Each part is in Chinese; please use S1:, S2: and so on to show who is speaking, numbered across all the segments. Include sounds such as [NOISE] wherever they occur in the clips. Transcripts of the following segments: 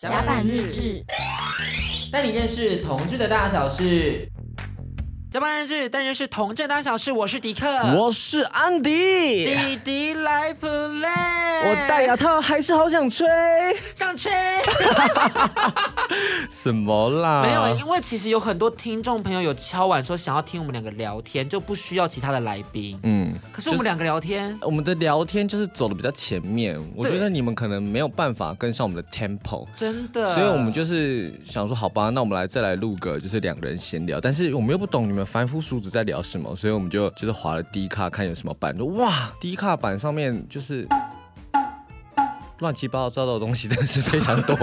S1: 甲板日志，
S2: 带你认识同志的大小事。
S3: 甲板日志，当然是同正大小事，我是迪克，
S4: 我是安迪，
S3: 弟弟来 play，
S4: 我啊戴牙套还是好想吹，
S3: 上车。
S4: 什么啦？
S3: 没有，因为其实有很多听众朋友有敲碗说想要听我们两个聊天，就不需要其他的来宾。
S4: 嗯，
S3: 可是我们两个聊天，
S4: 我们的聊天就是走的比较前面，我
S3: 对
S4: 觉得你们可能没有办法跟上我们的 tempo。
S3: 真的，
S4: 所以我们就是想说，好吧，那我们来再来录个就是两个人闲聊，但是我们又不懂你们凡夫俗子在聊什么，所以我们就就是划了低卡看有什么版，就哇，低卡版上面就是乱七八糟的东西真的是
S3: [LAUGHS]
S4: 非常多。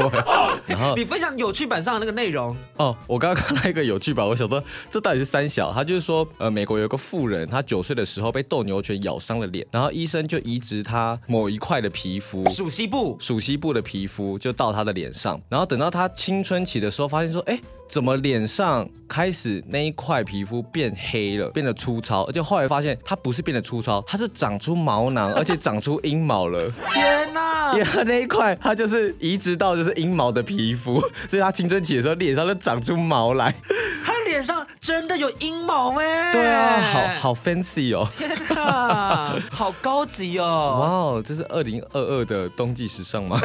S4: 然后
S3: 你分享有趣版上的那个内容，
S4: 哦，我刚刚看到一个有趣版，我想说这到底是三小？他就是说，呃，美国有个妇人，她九岁的时候被斗牛犬咬伤了脸，然后医生就移植她某一块的皮肤，
S3: 属西部
S4: 属西部的皮肤就到她的脸上，然后等到她青春期的时候，发现说，哎，怎么脸上开始那一块皮肤变黑了，变得粗糙，而且后来发现它不是变得粗糙，它是长出毛囊，而且长出阴毛了。
S3: 天哪
S4: 因！为他那一块，它就是移植到就是阴毛的皮肤，所以他青春期的时候脸上就长出毛来。
S3: 他脸上真的有阴毛哎、
S4: 对啊，好好 fancy 哦！
S3: 天哪，好高级
S4: 哇
S3: 哦！
S4: 哦，这是二零二二的冬季时尚
S3: [LAUGHS]
S4: 吗？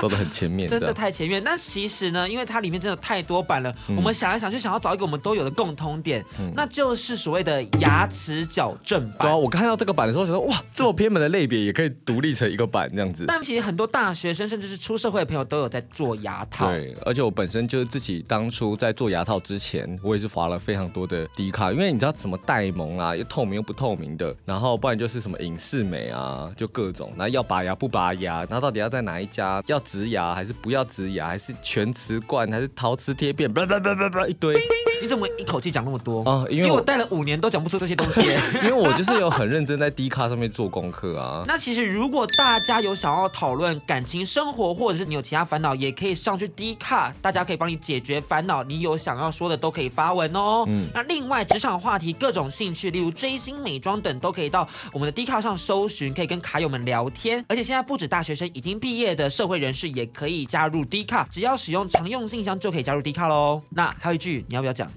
S4: 走的很前面，
S3: 真
S4: 这
S3: 的
S4: 样
S3: 太前面，但其实呢，因为它里面真的太多版了，
S4: 嗯
S3: 我们想来想去，想要找一个我们都有的共通点，那就是所谓的牙齿矫正
S4: 对
S3: 版。
S4: 啊，嗯我看到这个版的时候，想说哇，这么偏门的类别也可以独立成一个版这样子。
S3: 但其实很多大学生，甚至是出社会的朋友都有在做牙套。
S4: 对，而且我本身就是自己当初在做牙套之前，我也是划了非常多的低卡，因为你知道什么戴蒙啊，又透明又不透明的，然后不然就是什么隐适美啊，就各种，然后要拔牙不拔牙，然后到底要在哪一家，要植牙还是不要植牙，还是全瓷冠还是陶瓷贴片，叭叭叭叭叭一堆。
S3: 你怎么一口气讲那么多？
S4: 哦因为
S3: 因为我
S4: 我
S3: 戴了五年都讲不出这些东西。
S4: [LAUGHS] 因为我就是有很认真在低卡上面做功课啊。
S3: 那其实，如果大家有想要讨论感情生活，或者是你有其他烦恼，也可以上去 D 卡，大家可以帮你解决烦恼。你有想要说的都可以发文哦。那另外，职场话题、各种兴趣，例如追星、美妆等，都可以到我们的 D 卡上搜寻，可以跟卡友们聊天。而且现在不止大学生，已经毕业的社会人士也可以加入 D 卡，只要使用常用信箱就可以加入 D 卡喽。那还有一句，你要不要讲？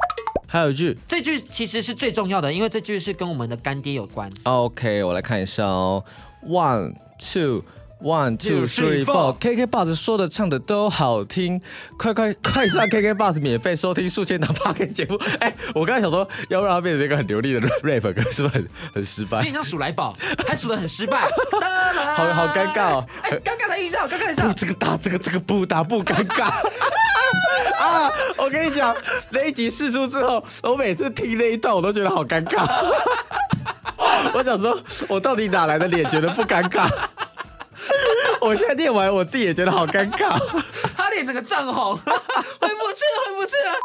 S4: 还有一句
S3: 这句其实是最重要的，因为这句是跟我们的干爹有关。
S4: ，OK，我来看一下哦，one two。One two three four, KK Bus 说的唱的都好听，快快快上 KK Bus 免费收听数千档 [LAUGHS] p o d 节目。哎、我刚才想说要让它变成一个很流利的 rap，可是不是很很失
S3: 有
S4: 败
S3: 点？像数来宝，还数的很失败，
S4: 好好尴尬哦。
S3: 哎，尴尬的音效，尴尬的音
S4: 不，
S3: 效。
S4: 这个打这个这个不打不尴尬 [LAUGHS] 啊！我跟你讲，那一集试出之后，我每次听那一段我都觉得好尴 [LAUGHS] 尬。我想说，我到底哪来的脸觉得不尴尬？我现在练完，我自己也觉得好尴尬。
S3: 他脸整个涨红， [LAUGHS] 回不去了，回不去了。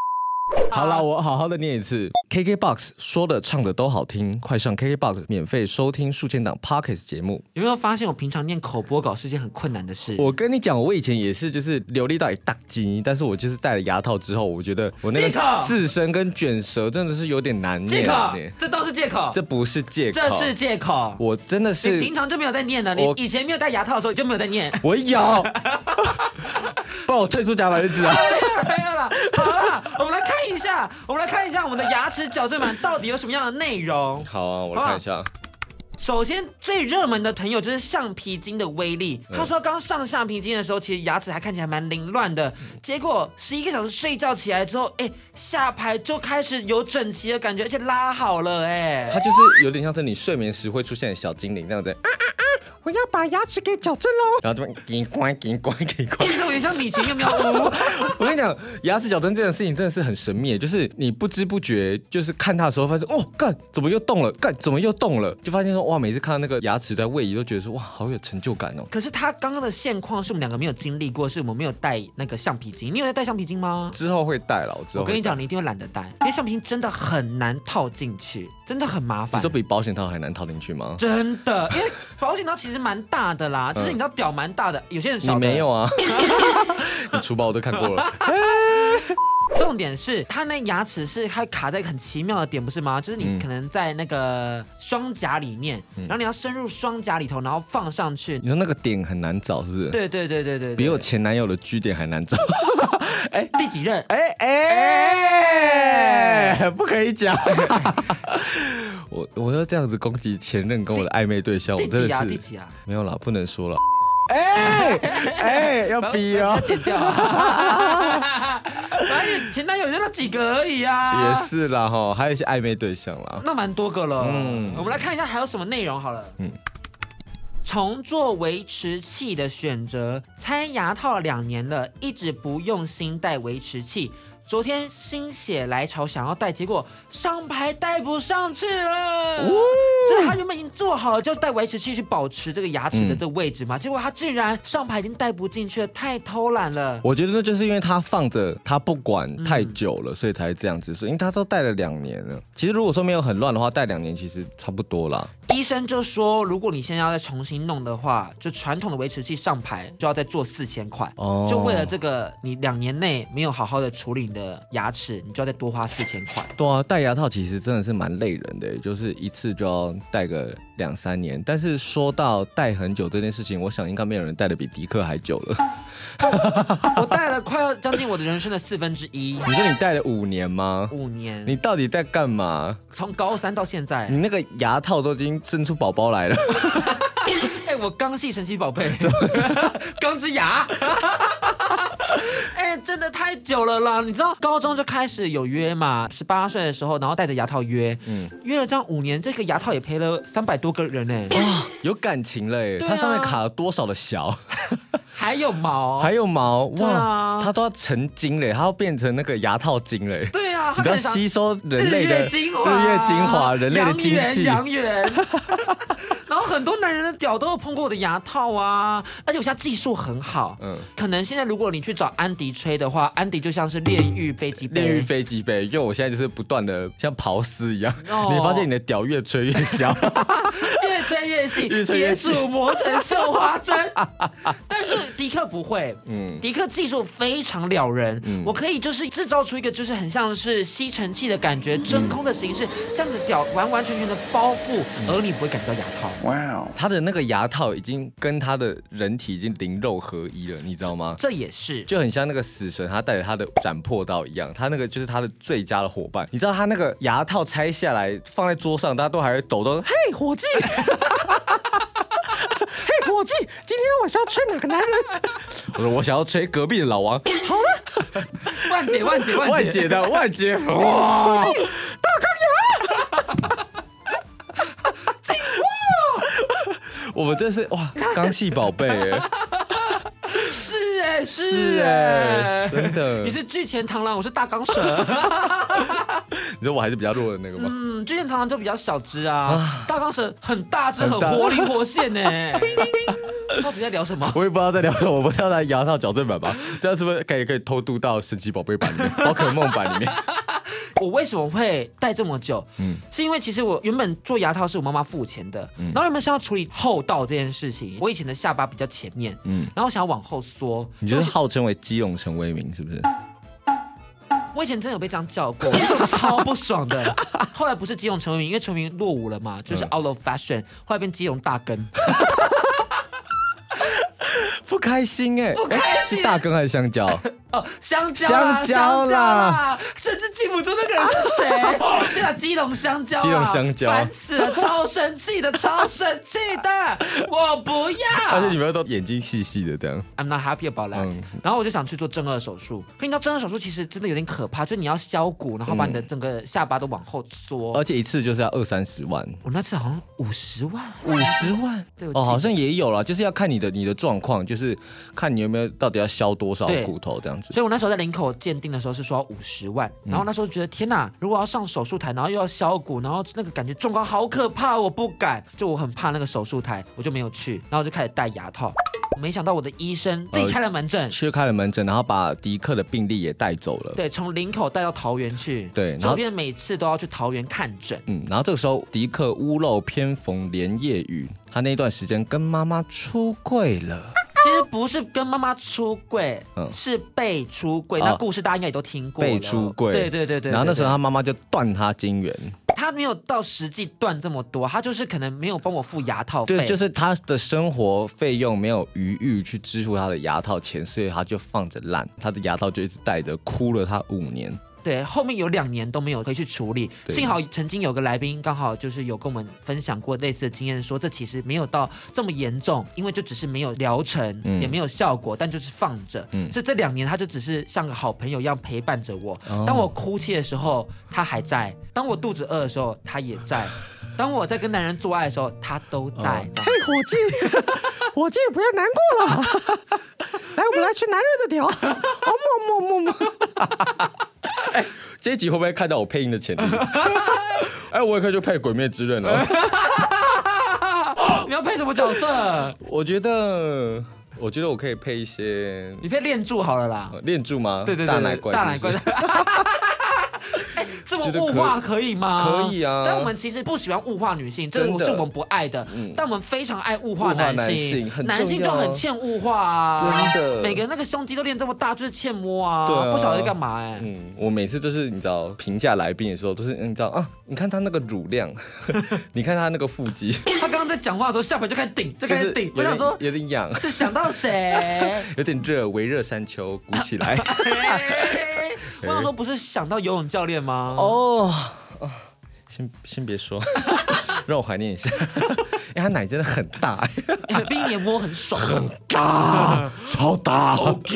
S4: 好啦，我好好的念一次。KKBOX 说的唱的都好听，快上 KKBOX 免费收听数千档 Pockets 节目。
S3: 有没有发现我平常念口播稿是件很困难的事？
S4: 我跟你讲，我以前也是，就是流利到一大筋，但是我就是戴了牙套之后，我觉得我那个
S3: 即可
S4: 四声跟卷舌真的是有点难
S3: 借
S4: 念
S3: 口
S4: 呢。，
S3: 这都是借口，
S4: 这不是借口，
S3: 这是借口。
S4: 我真的
S3: 你
S4: 是
S3: 平常就没有在念了，你
S4: 我
S3: 以前没有戴牙套的时候你就没有在念。 [LAUGHS]
S4: 我有， [LAUGHS] 帮我退出甲板日子啊！
S3: 没有啦，好啦，我们来看一下，我们来看一下我们的牙齿矫正版到底有什么样的内容。
S4: 好啊，我来看一下。
S3: 首先，最热门的朋友就是橡皮筋的威力。
S4: 嗯
S3: 他说，刚上橡皮筋的时候，其实牙齿还看起来蛮凌乱的。
S4: 嗯
S3: 结果十一个小时睡觉起来之后，哎，下排就开始有整齐的感觉，而且拉好了，哎
S4: 它。就是有点像是你睡眠时会出现的小精灵那样子。啊啊啊！我要把牙齿给矫正喽。然后这边给关给关给关
S3: 一。直有点像米奇妙妙屋，
S4: [LAUGHS] 我跟你讲，牙齿矫正这件事情真的是很神秘，就是你不知不觉，就是看它的时候发现，哦，干，怎么又动了？干，怎么又动了？就发现说，哇，每次看到那个牙齿在位移，都觉得说，哇，好有成就感哦。
S3: [LAUGHS] 可是他刚刚的现况是我们两个没有经历过，是我们没有戴那个橡皮筋。你有在戴橡皮筋吗？
S4: 之后会戴了，我之后
S3: 我
S4: 会戴
S3: 跟你讲，，你一定会懒得戴，因为橡皮筋真的很难套进去，真的很麻
S4: 你
S3: 烦
S4: 说。比保险套还难套进去吗？
S3: 真的，因为 [LAUGHS] 保险套其实蛮大的啦，就是你知道屌蛮大的，有些人
S4: 嗯你
S3: 少的
S4: [LAUGHS] 没有啊？你书包我都看过了。
S3: 重点是它那牙齿是它卡在很奇妙的点，不是吗？就是你
S4: 嗯
S3: 可能在那个双颊里面，然后你要深入双颊里头，然后放上去。
S4: 你说那个点很难找，是不是？
S3: 对对对对对，对
S4: 嗯比我前男友的据点还难找。
S3: 第几任？
S4: 哎哎，不可以讲。 [LAUGHS] 我我要这样子攻击前任跟我的暧昧对象，我
S3: 第
S4: 真
S3: 几
S4: 的
S3: 啊？第
S4: 是
S3: 几啊？
S4: 没有啦，不能说了。哎哎，要逼哦。
S3: 剪
S4: [LAUGHS]
S3: 掉、啊。反正前男友就那几个而已啊。
S4: 也。是啦哈，还有一些暧昧对象啦。
S3: 那蛮多个了。
S4: 啊嗯
S3: 我们来看一下还有什么内容好了。嗯
S4: 嗯。
S3: 重做维持器的选择，拆牙套两年了，一直不用心戴维持器。昨天心血来潮想要戴，结果上牌戴不上去了。就是他原本已经做好了，就戴维持器去保持这个牙齿的
S4: 嗯
S3: 这个位置嘛，结果他竟然上牌已经戴不进去了，太偷懒了。
S4: 我觉得那就是因为他放着他不管太久了，所以才这样子。所以因为他都戴了两年了。其实如果说没有很乱的话，戴两年其实差不多啦。
S3: 医生就说，如果你现在要再重新弄的话，就传统的维持器上牌就要再做四千块。
S4: 哦
S3: 就为了这个，你两年内没有好好的处理你的牙齿，你就要再多花四千
S4: [LAUGHS]
S3: 块。
S4: 对啊，戴牙套其实真的是蛮累人的，欸就是一次就要戴个两三年。但是说到戴很久这件事情，我想应该没有人戴的比迪克还久了。
S3: 我戴了快要将近我的人生的四分之一，
S4: 你说你戴了五年吗？
S3: 五年，
S4: 你到底在干嘛？
S3: 从高三到现在
S4: 你，那个牙套都已经生出宝宝来了。 [LAUGHS]
S3: 哎、我刚系神奇宝贝， [LAUGHS] 钢之牙。 [LAUGHS] 哎、真的太久了啦！你知道高中就开始有约嘛，十八岁的时候，然后戴着牙套约，嗯，约了这样五年，这个牙套也陪了三百多个人呢、
S4: 有感情了耶，
S3: 对啊
S4: 它上面卡了多少的小，
S3: 还有毛，
S4: 还有毛
S3: 哦对
S4: 哇，
S3: 啊
S4: 它都要成精嘞，它要变成那个牙套精嘞，
S3: 对啊，他
S4: 你都
S3: 可
S4: 要
S3: 能想
S4: 吸收人类的
S3: 日月精华，
S4: 日月精华人类的精气。
S3: 阳元。阳元 [LAUGHS] 然后很多男人的屌都有碰过我的牙套啊，而且我现在技术很好，嗯
S4: 嗯，
S3: 可能现在如果你去找安迪吹的话，安迪就像是炼狱飞机杯，
S4: 炼狱飞机杯，因为我现在就是不断的像刨丝一样，
S3: 哦
S4: 你发现你的屌越吹越小， [LAUGHS]
S3: [LAUGHS] 越吹越细，
S4: 越吹越细
S3: 解组磨成绣花
S4: [LAUGHS]
S3: 针。但是迪克不会，嗯，迪克技术非常了人，
S4: 嗯
S3: 我可以就是制造出一个就是很像是吸尘器的感觉，真空的形式，这样子屌完完全全的包覆，
S4: 嗯
S3: 而你不会感觉到牙套。
S1: Wow.
S4: 他的那个牙套已经跟他的人体已经灵肉合一了，你知道吗？
S3: 这也是，
S4: 就很像那个死神，他带着他的斩破刀一样，他那个就是他的最佳的伙伴。你知道他那个牙套拆下来放在桌上，大家都还会抖动，
S1: 哎
S4: 嘿，伙
S1: [LAUGHS]
S4: 计，嘿，伙计，今天我是要吹哪个男人？
S1: 哎
S4: 我说我想要吹隔壁的老王，
S3: 万
S4: [LAUGHS]
S3: 姐万姐
S4: 万
S3: 万姐，
S4: 姐的万姐， [LAUGHS] 哇，伙计，大坑牙，我们真是哇，刚系宝贝 [LAUGHS] 耶，
S3: 是哎、是
S4: 是
S3: 哎、
S4: 哎，真的，
S3: 你是巨前螳螂，我是大钢
S4: [LAUGHS]
S3: 蛇。
S4: 你知道我还是比较弱的那个吗？
S3: 嗯，巨前螳螂就比较小只啊，大钢蛇很大只，很
S4: 很大
S3: 活灵活现呢、
S4: [LAUGHS]
S3: 到底在聊什么？
S4: 我也不知道在聊什么，我不知道在牙套矫正版吧，这样是不是可以可以偷渡到神奇宝贝版里面、宝可梦版里面？
S3: 我为什么会戴这么久？嗯，是因为其实我原本做牙套是我妈妈付钱的，
S4: 嗯
S3: 然后原本是要处理后道这件事情。我以前的下巴比较前面，嗯，然后想要往后缩。
S4: 你就是号称为基隆陈为民是不是？
S3: 我以前真的有被这样叫过，我那时候超不爽
S4: [LAUGHS]
S3: 的。后来不是基隆陈为民，因为陈为民落伍了嘛，
S4: 嗯
S3: 就是 out of fashion，后来变基隆大
S4: [LAUGHS]
S3: 根。
S4: 不开心哎、不
S3: 开心
S4: 是大根还是
S3: [LAUGHS]
S4: 香蕉？
S3: 哦，香蕉啦，
S4: 香蕉啦
S3: 啦，甚至记不住那个人是
S4: [LAUGHS]
S3: 谁。对啊，基隆香蕉啊，
S4: 基隆香蕉
S3: 烦死了，超生气的，超生气的，我不
S4: [LAUGHS] 而且
S3: 要。
S4: 你们都啊眼睛细细的这样，
S3: I'm not happy about that、
S4: 嗯
S3: 然后我就想去做正颌手术，可你知道正颌手术其实真的有点可怕，就是你要削骨，然后把你的整个下巴都往后缩。
S4: 而且一次就是要二三十万。
S3: 我那次好像五十万，
S4: 五十万
S3: 对我记得
S4: 哦，好像也有啦，就是要看你的你的状况，就是看你有没有到底要削多少
S3: 对
S4: 骨头这样子。
S3: 所以我那时候在林口鉴定的时候是说五十万，
S4: 嗯
S3: 然后那时候觉得天哪，如果要上手术台，然后又要削骨，然后那个感觉状况好可怕，我不敢，就我很怕那个手术台，我就没有去，然后就开始戴牙套。没想到我的医生自己开了门诊，
S4: 去开了门诊，然后把迪克的病例也带走了。
S3: 对，从林口带到桃园去，
S4: 对然
S3: 所
S4: 后
S3: 以我变得每次都要去桃园看诊。
S4: 嗯，然后这个时候迪克屋漏偏逢连夜雨，他那段时间跟妈妈出柜了。
S3: 其实不是跟妈妈出柜，
S4: 嗯
S3: 是被出柜。
S4: 哦
S3: 那故事大家应该也都听过了。
S4: 被出柜，
S3: 对对对对。
S4: 然后那时候
S3: 对
S4: 他妈妈就断他金源，
S3: 对他没有到实际断这么多，他就是可能没有帮我付牙套费。
S4: 对，就是他的生活费用没有余裕去支付他的牙套钱，所以他就放着烂，他的牙套就一直戴着，哭了他五年。
S3: 对，后面有两年都没有回去处理。
S4: 对
S3: 幸好曾经有个来宾刚好就是有跟我们分享过类似的经验，说这其实没有到这么严重，因为就只是没有疗程，
S4: 嗯
S3: 也没有效果，但就是放着。
S4: 嗯
S3: 所以这两年他就只是像个好朋友一样陪伴着我。
S4: 哦
S3: 当我哭泣的时候，他还在；当我肚子饿的时候，他也
S4: [LAUGHS]
S3: 在；当我在跟男人做爱的时候，他都在。这
S4: 哦
S3: 样
S1: 嘿，伙计， [LAUGHS] 伙计，不要难过了。 [LAUGHS] 来，我们来吃男人的屌。哦，么么么么。
S4: 这一集会不会看到我配音的 [LAUGHS] 潜力？哎，我也可以去配《鬼灭之刃》啊了。
S3: 你要配什么角色？
S4: 我觉得，我觉得我可以配一些
S3: 你配恋柱好了啦。
S4: 呃练柱吗？
S3: 对对对，
S4: 大
S3: 对
S4: 奶怪，
S3: 大奶怪。。 [LAUGHS] 哎这么
S4: 觉得
S3: 物
S4: 可
S3: 化可以吗？
S4: 可以啊
S3: 但我们其实不喜欢物化女性，这
S4: 真
S3: 个
S4: 的嗯
S3: 是我们不爱的。但我们非常爱物化
S4: 物化男
S3: 性
S4: 性，很
S3: 男性就
S4: 重要啊
S3: 很欠物化啊。
S4: 真的
S3: 每个人那个胸肌都练这么大，就是欠摸啊，
S4: 对啊
S3: 不晓得在干嘛哎。
S4: 嗯，我每次就是你知道评价来宾的时候，都是嗯你知道啊，你看他那个乳量， [LAUGHS] 你看他那个腹 [LAUGHS] 肌，
S3: 他刚刚在讲话的时候，下巴就开始顶，就
S4: 就
S3: 开
S4: 是
S3: 始顶。我
S4: 有
S3: 想
S4: 点
S3: 说，
S4: 有点痒， [LAUGHS]
S3: 是想到谁？
S4: 有点热，微热山丘，鼓起 [LAUGHS] 来。
S3: 哎我想说，不是想到游泳教练吗？哦，
S4: 哦，先先别说， [LAUGHS] 让我怀念一下。 [LAUGHS] 哎、他奶真的很大， [LAUGHS]
S3: 冰眼哎摸很爽， [LAUGHS]
S4: 大，超大。OK，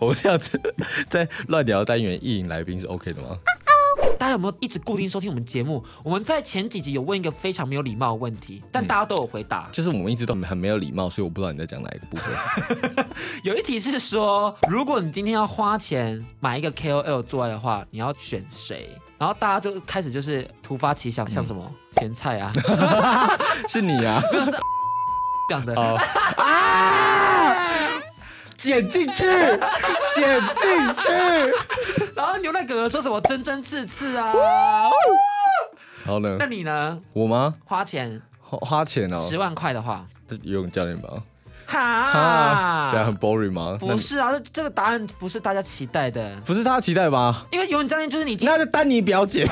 S4: 我们这样子在乱聊单元意淫来宾是 OK 的吗？
S3: 大家有没有一直固定收听我们节目？我们在前几集有问一个非常没有礼貌的问题，但大家都有回答。
S4: 就是我们一直都很没有礼貌，所以我不知道你在讲哪一个部分。
S3: 有一题是说，如果你今天要花钱买一个 KOL 做爱的话，你要选谁？然后大家就开始就是突发奇想，像什
S4: 嗯
S3: 么咸菜
S4: [LAUGHS]
S3: 啊
S4: 是你啊，
S3: 这样的。
S4: 哦
S1: 剪进 [LAUGHS] 去，剪进去。
S3: 然后牛奶哥哥说什么真真刺刺啊？
S4: 哦然后呢
S3: 那？你呢？
S4: 我吗？
S3: 花钱
S4: 花花钱哦，
S3: 十万块的话，
S4: 游泳教练吧？啊，这样
S3: 哈
S4: 很，boring 吗？那
S3: 不是啊，这这个答案不是大家期待的，
S4: 不是他的期待吧？
S3: 因为游泳教练就是你今
S4: 那就丹尼表 [LAUGHS] 姐。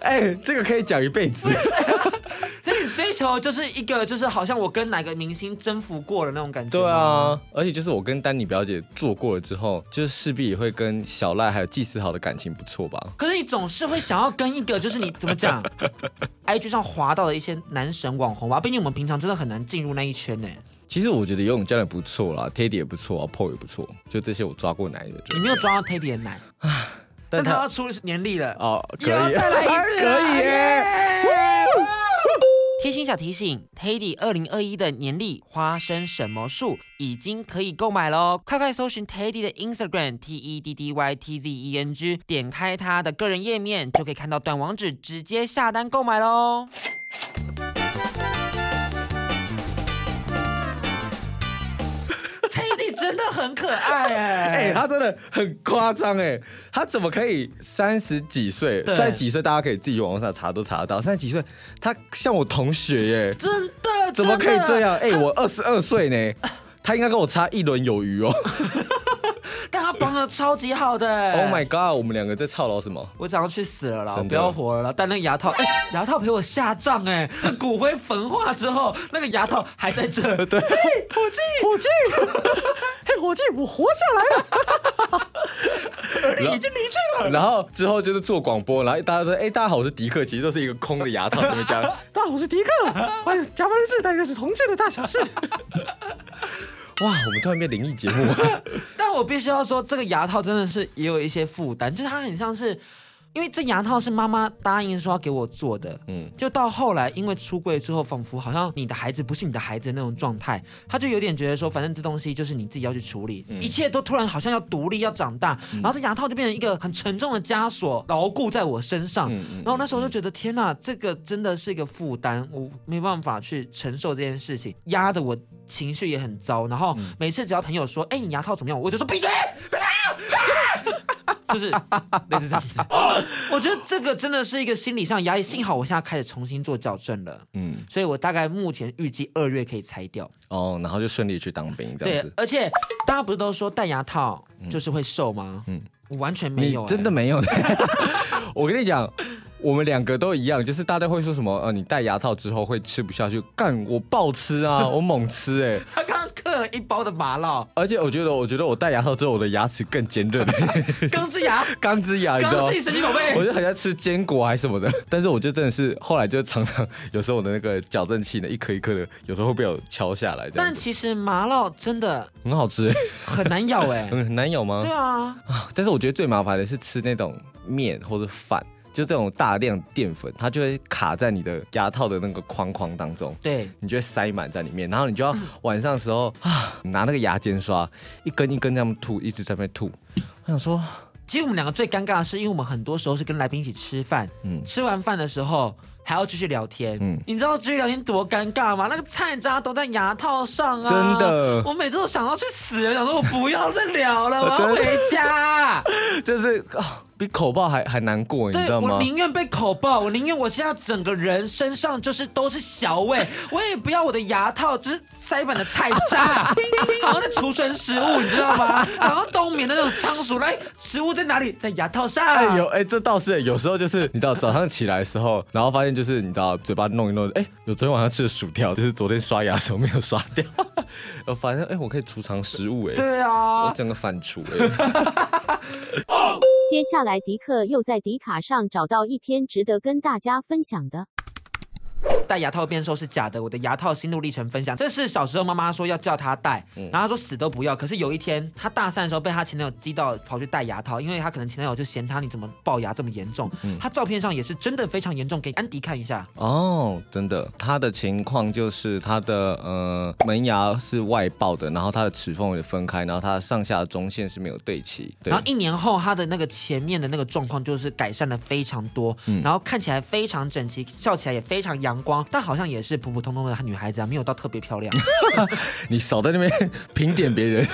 S4: 哎、这个可以讲一辈子。
S3: 所以你追求就是一个，就是好像我跟哪个明星征服过了那种感觉。
S4: 对，啊，而且就是我跟丹尼表姐做过了之后，就是势必也会跟小赖还有季思豪的感情不错吧？
S3: 可是你总是会想要跟一个，就是你怎么
S4: [LAUGHS]
S3: 讲，IG 上滑到的一些男神网红吧，毕竟我们平常真的很难进入那一圈呢。
S4: 其实我觉得游泳教练不错啦，Teddy 也不错啊，Paul 也不错，就这些我抓过奶的。
S3: 你没有抓到 Teddy 的奶，但
S4: 但
S3: 他
S4: 他
S3: 要出年历了。
S4: 哦，可
S3: 又要
S4: 以，
S3: 再来一次啊
S4: [LAUGHS] 可
S3: 了
S4: 以耶。
S3: 贴心小提醒：Teddy 二零二一的年历花生什么树已经可以购买喽！快快搜寻 Teddy 的 Instagram T E D D Y T Z E N G，点开他的个人页面就可以看到短网址，直接下单购买哦喽！Teddy 真的很可爱哎、
S4: 哎、他真的很夸张哎，他怎么可以三十几岁？
S3: 对
S4: 三十几岁大家可以自己网络上查都查得到，三十几岁他像我同学耶，
S3: 真的
S4: 怎么可以
S3: 真的
S4: 这样？哎、我二十二岁呢，他应该跟我差一轮
S3: [LAUGHS]
S4: 有余哦。
S3: 但他帮的超级好的、
S4: oh my god，我们两个在操劳什么？
S3: 我早上去死了啦，我
S4: 真的
S3: 不要活了啦！但那个牙套，哎、牙套陪我下葬哎、骨灰焚化之后，那个牙套还在
S4: [LAUGHS]
S3: 这。对，
S1: 伙计，嘿，伙计，我活下来了。
S3: 你已经离去了。
S4: [LAUGHS] 然后之后就是做广播，然后大家说，哎、大家好，我是迪克，其实都是一个空的牙套，怎么 [LAUGHS] 讲？
S1: 大家好，我是迪克，欢迎加班日，带你认识同志的大小事。
S4: 哇，我们突然变灵异节目，
S3: 但我必须要说，这个牙套真的是也有一些负担，就是它很像是，因为这牙套是妈妈答应说要给我做的，嗯
S4: 嗯，
S3: 就到后来因为出柜之后，仿佛好像你的孩子不是你的孩子的那种状态，他就有点觉得说，反正这东西就是你自己要去处理，
S4: 嗯
S3: 一切都突然好像要独立要长大，然后这牙套就变成一个很沉重的枷锁，牢固在我身上。然后那时候我就觉得，天哪，这个真的是一个负担，我没办法去承受这件事情，压得我情绪也很嗯糟。然后每次只要朋友说，哎、你牙套怎么样，我就说闭嘴。就是 [LAUGHS] 类似这样子。 [LAUGHS] 我觉得这个真的是一个心理上的压力，幸好我现在开始重新做矫正了，
S4: 嗯，
S3: 所以我大概目前预计二月可以拆掉。
S4: [LAUGHS] 哦，然后就顺利去当兵这
S3: 对
S4: 样子，。
S3: 而且大家不是都说戴牙套就是会瘦吗？嗯，我完全没
S4: 你
S3: 有、欸，
S4: 真的没 [LAUGHS] 有的。啊我跟你讲，我们两个都一样，就是大家会说什么呃，你戴牙套之后会吃不下去，干我暴吃 [LAUGHS] 啊，我猛吃哎、
S3: 他刚刚嗑了一包的麻
S4: [LAUGHS]
S3: 辣
S4: 而且我觉得，我觉得我戴牙套之后，我的牙齿更坚 [LAUGHS] 韧，
S3: 钢之
S4: [LAUGHS]
S3: 牙，
S4: 钢之牙，你知道
S3: 钢
S4: 吗
S3: 是？你神奇宝
S4: 哎我
S3: 贝。
S4: 就很像吃坚果还是什么的， [LAUGHS] 但是我就真的是后来就常常有时候我的那个矫正器呢，一颗一颗的，有时候会被我敲下来，这样
S3: 但
S4: 子
S3: 其实麻辣真的
S4: 很好吃欸， [LAUGHS]
S3: 很难咬哎、
S4: 嗯，很难咬吗？
S3: 对啊，
S4: 但是我觉得最麻烦的是吃那种面或者饭，就这种大量淀粉，它就会卡在你的牙套的那个框框当中，
S3: 对，
S4: 你就会塞满在里面，然后你就要晚上的时
S3: [LAUGHS]
S4: 候 [SIGHS] 啊，拿那个牙尖刷一根一根这样吐，一直在那边吐。我想说， [LAUGHS]
S3: 其实我们两个最尴尬的是，因为我们很多时候是跟来宾一起吃饭，
S4: 嗯
S3: 吃完饭的时候还要继续聊天，
S4: 嗯
S3: 你知道继续聊天多尴尬吗？那个菜渣都在牙套上啊，
S4: 真的
S3: 我每次都想要去死，我想说我不要再聊
S4: [LAUGHS]
S3: 了，我
S4: 真
S3: 要
S4: 的
S3: 回家。
S4: 这是啊，比口爆还还难过，你知
S3: 对，
S4: 道吗
S3: 我？宁愿被口爆，我宁愿我现在整个人身上就是都是小
S4: [LAUGHS]
S3: 味，我也不要我的牙套就是塞满了菜
S4: [LAUGHS]
S3: 渣，好像在储存食物，你知道吗？好像冬眠的那种仓鼠，来，食物在哪里？在牙套上。
S4: 哎有哎、这倒是有时候就是你知道早上起来的时候，然后发现就是你知道嘴巴弄一弄，哎、有昨天晚上吃的薯条，就是昨天刷牙的时候没有刷 [LAUGHS] 掉，我发现哎、我可以储藏食物哎、
S3: 对啊，
S4: 我整个反刍哎、 [LAUGHS]
S5: 接下来，迪克又在迪卡上找到一篇值得跟大家分享的。
S3: 戴牙套变瘦是假的，我的牙套心路历程分享，这是小时候妈妈说要叫她戴，
S4: 嗯
S3: 然后她说死都不要。可是有一天，她大三的时候被她前男友激到跑去戴牙套，因为她可能前男友就嫌她你怎么龅牙这么严重，
S4: 嗯
S3: 她照片上也是真的非常严重，给安迪看一下。
S4: 哦，真的，他的情况就是他的呃门牙是外爆的，然后他的齿缝也分开，然后他的上下中线是没有对齐，对
S3: 然后。一年后，她的那个前面的那个状况就是改善了非常多，然后看起来非常整齐，笑起来也非常阳光，但好像也是普普通通的女孩子啊，没有到特别漂亮。 [LAUGHS]
S4: 你少在那边 [LAUGHS] 评点别人，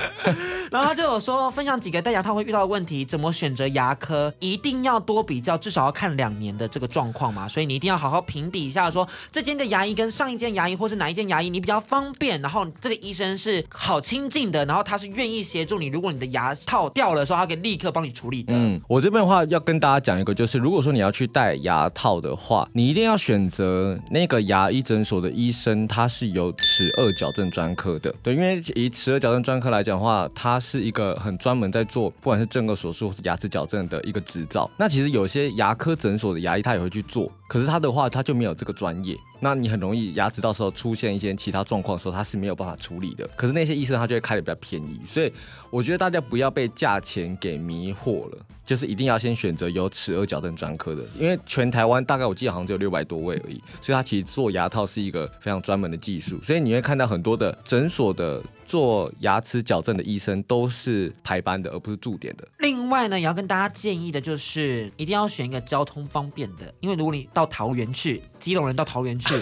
S3: 然后他就有说分享几个戴牙套会遇到的问题，怎么选择牙科，一定要多比较，至少要看两年的这个状况嘛，所以你一定要好好评比一下说，这间的牙医跟上一间牙医或是哪一间牙医你比较方便，然后这个医生是好亲近的，然后他是愿意协助你，如果你的牙套掉了的时候，他可以立刻帮你处理的。
S4: 嗯，我这边的话要跟大家讲一个，就是如果说你要去戴牙套的话，你一定要选择那个牙医诊所的医生，他是有齿颚矫正专科的，对，因为以齿颚矫正专科来讲的话，它是一个很专门在做不管是正颌手术或是牙齿矫正的一个执照。那其实有些牙科诊所的牙医他也会去做，可是他的话他就没有这个专业。那你很容易牙齿到时候出现一些其他状况的时候，他是没有办法处理的。可是那些医生他就会开的比较便宜，所以我觉得大家不要被价钱给迷惑了，就是一定要先选择有齿颚矫正专科的，因为全台湾大概我记得好像只有六百多位而已，所以它其实做牙套是一个非常专门的技术，所以你会看到很多的诊所的做牙齿矫正的医生都是排班的，而不是驻点的。
S3: 另外呢，也要跟大家建议的就是，一定要选一个交通方便的，因为如果你到桃园去，基隆人到桃
S4: [LAUGHS]
S3: 园去，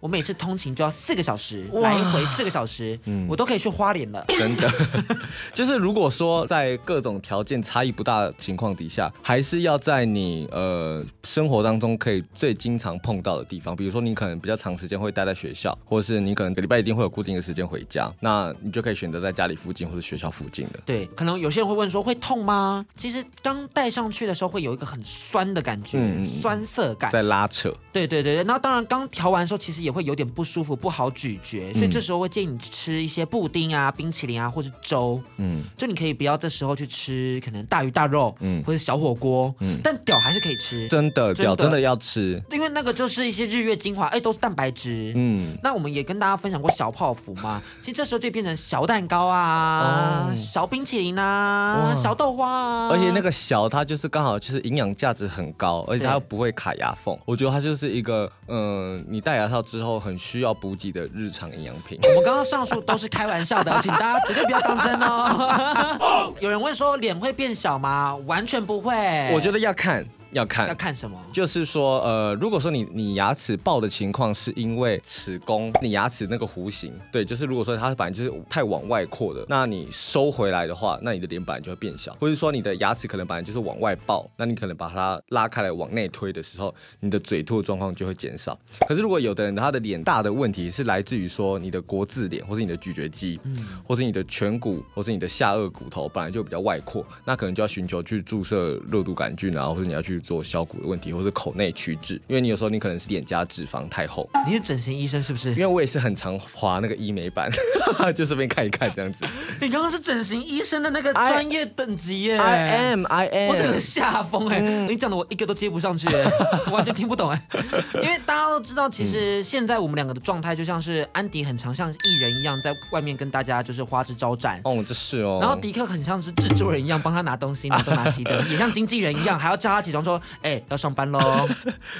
S3: 我每次通勤就要四个小时，来回四个小时，
S4: 嗯
S3: 我都可以去花莲了。
S4: 真的， [LAUGHS] 就是如果说在各种条件差异不大的情况底下，还是要在你呃生活当中可以最经常碰到的地方，比如说你可能比较长时间会待在学校，或者是你可能个礼拜一定会有固定的时间回家，那你就可以选择在家里附近或者学校附近的。
S3: 对，可能有些人会问说会痛吗？其实刚戴上去的时候会有一个很酸的感觉，
S4: 嗯嗯嗯
S3: 酸涩感。
S4: 在拉扯，
S3: 对对对对，那当然刚调完的时候其实也会有点不舒服，不好咀嚼，
S4: 嗯
S3: 所以这时候会建议你吃一些布丁啊、冰淇淋啊，或是粥。
S4: 嗯，
S3: 就你可以不要这时候去吃可能大鱼大肉，嗯，或者小火锅，嗯，但屌还是可以吃，
S4: 真的，
S3: 真的
S4: 屌真的要吃，
S3: 因为那个就是一些日月精华，哎，都是蛋白质，嗯。
S4: 嗯，
S3: 那我们也跟大家分享过小泡芙嘛，
S4: [LAUGHS]
S3: 其实这时候就变成小蛋糕啊、
S4: 哦
S3: 小冰淇淋啊、
S4: 哇
S3: 小豆花啊，
S4: 而且那个小它就是刚好就是营养价值很高，而且它
S3: 对
S4: 又不会卡牙缝，我觉得它就是一个嗯、你戴牙套之后很需要补给的日常营养品。
S3: 我们刚刚上述都是开玩
S4: [LAUGHS]
S3: 笑的，请大家绝对不要当真 [LAUGHS] 哦。有人问说脸会变小吗？完全不会，
S4: 我觉
S3: 得
S4: 得要看，要看
S3: 要看什么？
S4: 就是说，呃，如果说你你牙齿爆的情况是因为齿弓，你牙齿那个弧形，对，就是如果说它本来就是呃太往外扩的，那你收回来的话，那你的脸本来就会变小，或者说你的牙齿可能本来就是往外爆，那你可能把它拉开来往内推的时候，你的嘴吐的状况就会减少。可是如果有的人他的脸大的问题是来自于说你的国字脸，或是你的咀嚼肌，
S3: 嗯
S4: 或是你的颧骨，或是你的下颚骨头本来就比较外扩，那可能就要寻求去注射肉毒杆菌啊，或者你要去做削骨的问题，或是口内取脂，因为你有时候你可能是脸颊脂肪太厚。
S3: 你是整形医生是不是
S4: 因？为我也是很常滑那个医美版， [LAUGHS] 就顺便看一看这样子。
S3: 你刚刚是整形医生的那个
S4: I-
S3: 专业等级耶
S4: I am, I
S3: 我整个
S4: am。
S3: 吓疯哎！
S4: 嗯
S3: 你讲的我一个都接不上去哎，我完全听不懂哎。因为大家都知道，其
S4: 嗯
S3: 实现在我们两个的状态就像是安迪很常像艺人一样，在外面跟大家就是花枝招展。
S4: 哦，这是哦。
S3: 然后迪克很像是制作人一样，帮他拿东西，拿东拿西的，也像经纪人一样，还要叫他起床说：“哎、要上班喽。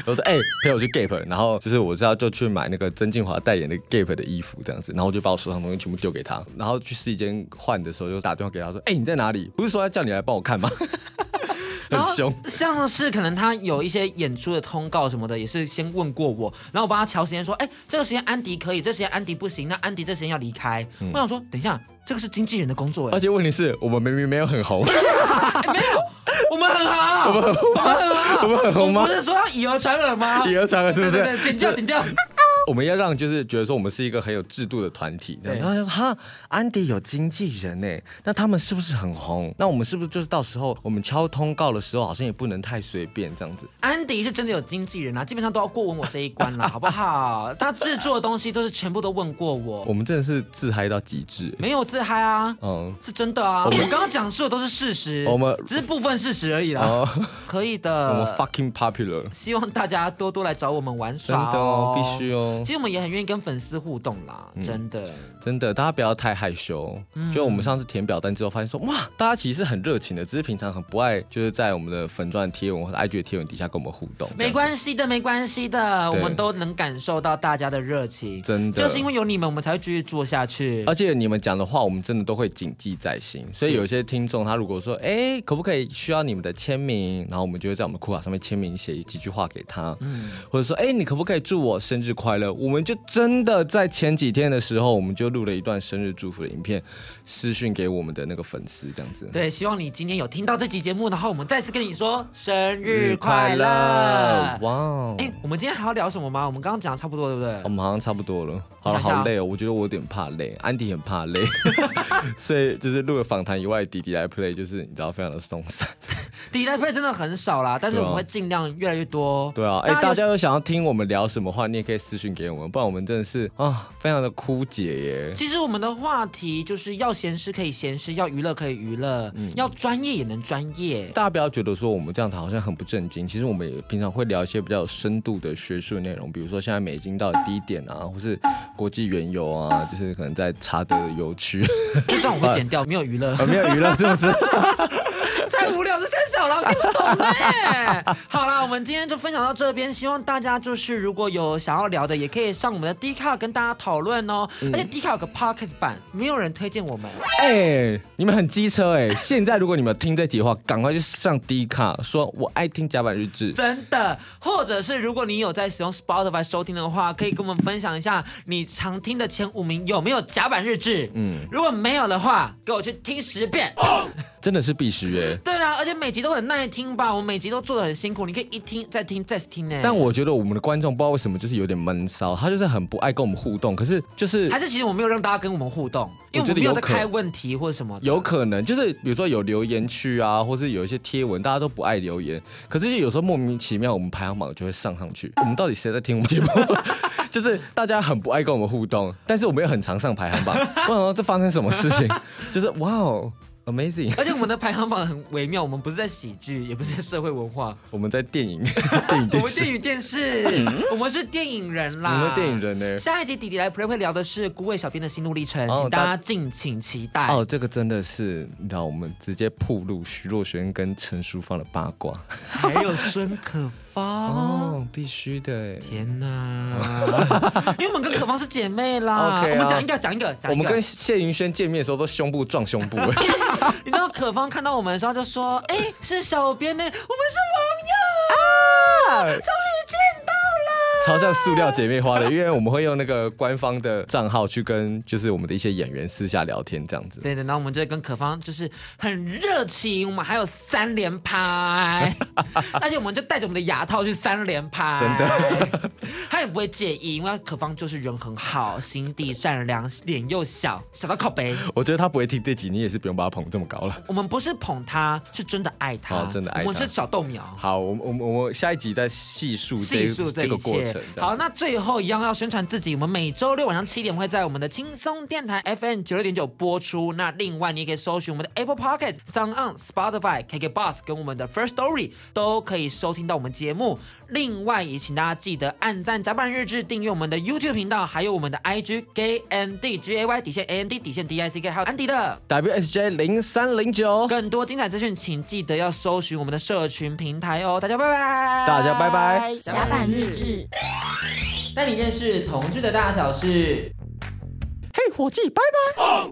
S4: 我说哎、陪我去 Gap，然后就是我知道就去买那个曾静华代言的 Gap 的衣服这样子，然后我就把我手上的东西全部丢给他，然后去试衣间换的时候就打电话给他说，哎、你在哪里？不是说要叫你来帮我看吗？” [LAUGHS]
S3: 然
S4: [LAUGHS] 很
S3: 后
S4: 凶，
S3: 像是可能他有一些演出的通告什么的，也是先问过我，然后我帮他调时间说：“哎、这个时间安迪可以，这时间安迪不行，那安迪这时间要离开。
S4: 嗯
S3: 我想说，等一下，这个是经纪人的工作哎
S4: 而。且问题是我们明明没有很红， [LAUGHS]
S3: 我们很好，啊我们很好，我们
S4: 很红吗
S3: 不是说要以讹传讹吗？
S4: 以讹传讹是
S3: 对
S4: 不是
S3: 对？对剪掉，剪 [LAUGHS] 掉。
S4: 我们要让就是觉得说我们是一个很有制度的团体，这样。
S3: 对
S4: 然后就说哈，安迪有经纪人呢，那他们是不是很红？那我们是不是就是到时候我们敲通告的时候，好像也不能太随便这样子？
S3: 安迪是真的有经纪人啊，基本上都要过问我这一关 [LAUGHS] 啦，好不好？他制作的东西都是全部都问过我，
S4: 我们真的是自嗨到极致，
S3: 没有自嗨啊，
S4: 嗯。
S3: 是真的啊。我
S4: 我们
S3: 刚刚讲述的都是事实，
S4: 我们
S3: 只是部分事实而已啦。
S4: 哦，
S3: 可以 [LAUGHS]
S4: 我们
S3: 的，
S4: fucking popular，
S3: 希望大家多多来找我们玩
S4: 真
S3: 耍
S4: 的哦，必须
S3: 哦。嗯
S4: 哦
S3: 其，实我们也很愿意跟粉丝互动啦，真的。
S4: 真的，大家不要太害羞。
S3: 嗯
S4: 就我们上次填表单之后，发现说，哇，大家其实很热情的，只是平常很不爱，就是在我们的粉钻贴文或者 IG 的贴文底下跟我们互动。
S3: 没
S4: 系，
S3: 关系的，没关系的，我
S4: 对
S3: 们都能感受到大家的热情，
S4: 真的
S3: 就是因为有你们，我们才会继续做下去。
S4: 而且你们讲的话，我们真的都会谨记在心。所以有些听众他如果说，哎，可不可以需要你们的签名？然后我们就会在我们裤卡上面签名，写几句话给他，
S3: 嗯
S4: 或者说，哎，你可不可以祝我生日快乐？我们就真的在前几天的时候，我们就录了一段生日祝福的影片，私讯给我们的那个粉丝，这样子。
S3: 对，希望你今天有听到这期节目，然后我们再次跟你说生日快
S4: 快
S3: 乐。
S4: 乐！
S3: 哎、
S4: 哇哦，
S3: 我们今天还要聊什么吗？我们刚刚讲的差不多，对不对？
S4: 我们好像差不多了。好了，
S3: 想一下
S4: 好累哦，我觉得我有点怕累，安迪很怕
S3: [LAUGHS]
S4: 累，所以就是录了访谈以外，迪迪来 play 就是你知道非常的松散。
S3: 抵赖费真的很少啦，但是
S4: 对
S3: 我
S4: 啊
S3: 们会尽量越来越多。
S4: 对啊，哎，大
S3: 有
S4: 家有想要听我们聊什么话，你也可以私讯给我们，不然我们真的是啊，非常的枯竭耶。
S3: 其实我们的话题就是要闲事可以闲事，要娱乐可以娱乐，
S4: 嗯
S3: 要专业也能专业。
S4: 大家不要觉得说我们这样子好像很不正经，其实我们也平常会聊一些比较有深度的学术内容，比如说现在美金到底低点啊，或是国际原油啊，就是可能在查德的油
S3: [LAUGHS]
S4: 区，
S3: 这段我会剪掉，没有娱
S4: [LAUGHS]
S3: 乐。
S4: 啊，没有娱乐是不是？
S3: 太无聊，这太小了，我听不懂哎。好啦，我们今天就分享到这边，希望大家就是如果有想要聊的，也可以上我们的 D 卡跟大家讨论哦。
S4: 嗯
S3: 而且 D 卡有个 Podcast 版，没有人推荐我们。
S4: 哎、你们很机车哎、现在如果你们听这集的话，赶快去上 D 卡，说我爱听甲板日志。
S3: 真的，或者是如果你有在使用 Spotify 收听的话，可以跟我们分享一下你常听的前五名有没有甲板日志。嗯，如果没有的话，给我去听十遍。
S4: 真的是必须哎、
S3: 对啊，而且每集都很耐听吧，我们每集都做的很辛苦，你可以一听再听再听呢。
S4: 但我觉得我们的观众不知道为什么就是有点闷骚，他就是很不爱跟我们互动，可是就是
S3: 还是其实我没有让大家跟我们互动，因为
S4: 我
S3: 我
S4: 觉
S3: 们
S4: 得
S3: 没有
S4: 有
S3: 在
S4: 可
S3: 开问题或者什么的。
S4: 有可能就是比如说有留言区啊，或是有一些贴文，大家都不爱留言，可是就有时候莫名其妙我们排行榜就会上上去，我们到底谁在听我们节
S3: [LAUGHS]
S4: 目？就是大家很不爱跟我们互动，但是我们又很常上排行榜，我想说这发生什么事情？就是哇哦，amazing。
S3: 而且我们的排行榜很微妙，我们不是在喜剧， [LAUGHS] 也不是在社会文化，
S4: 我们在
S3: [LAUGHS]
S4: 电影、电影
S3: 我
S4: 电
S3: 们电
S4: 视，嗯
S3: 影电视，我们是电影人
S4: 我
S3: 啦，
S4: 们的电影。人呢、
S3: 下一集弟弟来 play 会聊的是孤味小编的心路历程，
S4: 哦
S3: 请大家敬请期待。
S4: 哦，这个真的是，你知道，我们直接曝露徐若瑄跟陈淑芳的八卦
S3: 还有孙可芳。
S4: [LAUGHS] 哦，必须的。
S3: 天
S4: [LAUGHS]
S3: 哪！因为我们跟可芳是姐妹啦
S4: OK 啊
S3: 我们讲一个，讲一个，讲一个。
S4: 我们跟谢云轩见面的时候都胸部撞胸
S3: [LAUGHS]
S4: 部，哎
S3: 你知道可芳看到我们的时候，她就说：“哎、是小编呢，我们是网友。”
S4: 超像塑料姐妹花的，因为我们会用那个官方的账号去跟就是我们的一些演员私下聊天这样子。
S3: 对的，然后我们就跟可芳就是很热情，我们还有三连
S4: [LAUGHS]
S3: 拍，而且我们就带着我们的牙套去三连拍，
S4: 真
S3: 的， [LAUGHS] 他也不会介意，因为可芳就是人很好，心地善良，脸又小，小到靠背。
S4: 我觉得他不会听这集，你也是不用把他捧这么高了。
S3: 我们不是捧他，是真的爱他，
S4: 哦真的爱他
S3: 我们是小豆苗。
S4: 好，我们我们我们下一集再细数这
S3: 细数这
S4: 这个
S3: 一
S4: 过
S3: 切
S4: 程。。这样
S3: 好，
S4: 子，
S3: 那最后一样要宣传自己，我们每周六晚上七点会在我们的轻松电台 FM 九六点九播出。那另外你也可以搜寻我们的 Apple Podcast、Sound On、Spotify、KK Bus 跟我们的 First Story 都可以收听到我们节目。另外也请大家记得按赞、甲板日志、订阅我们的 YouTube 频道，还有我们的 IG Gay N D G A Y 底线 A N D 底线 D I C K，还有安迪的。
S4: WSJ 零三零九，
S3: 更多精彩资讯，请记得要搜寻我们的社群平台哦。大家拜拜，
S4: 大家拜拜。
S6: 甲板日志。
S2: 带你认识同志的大小事。
S1: 嘿，伙计，拜拜。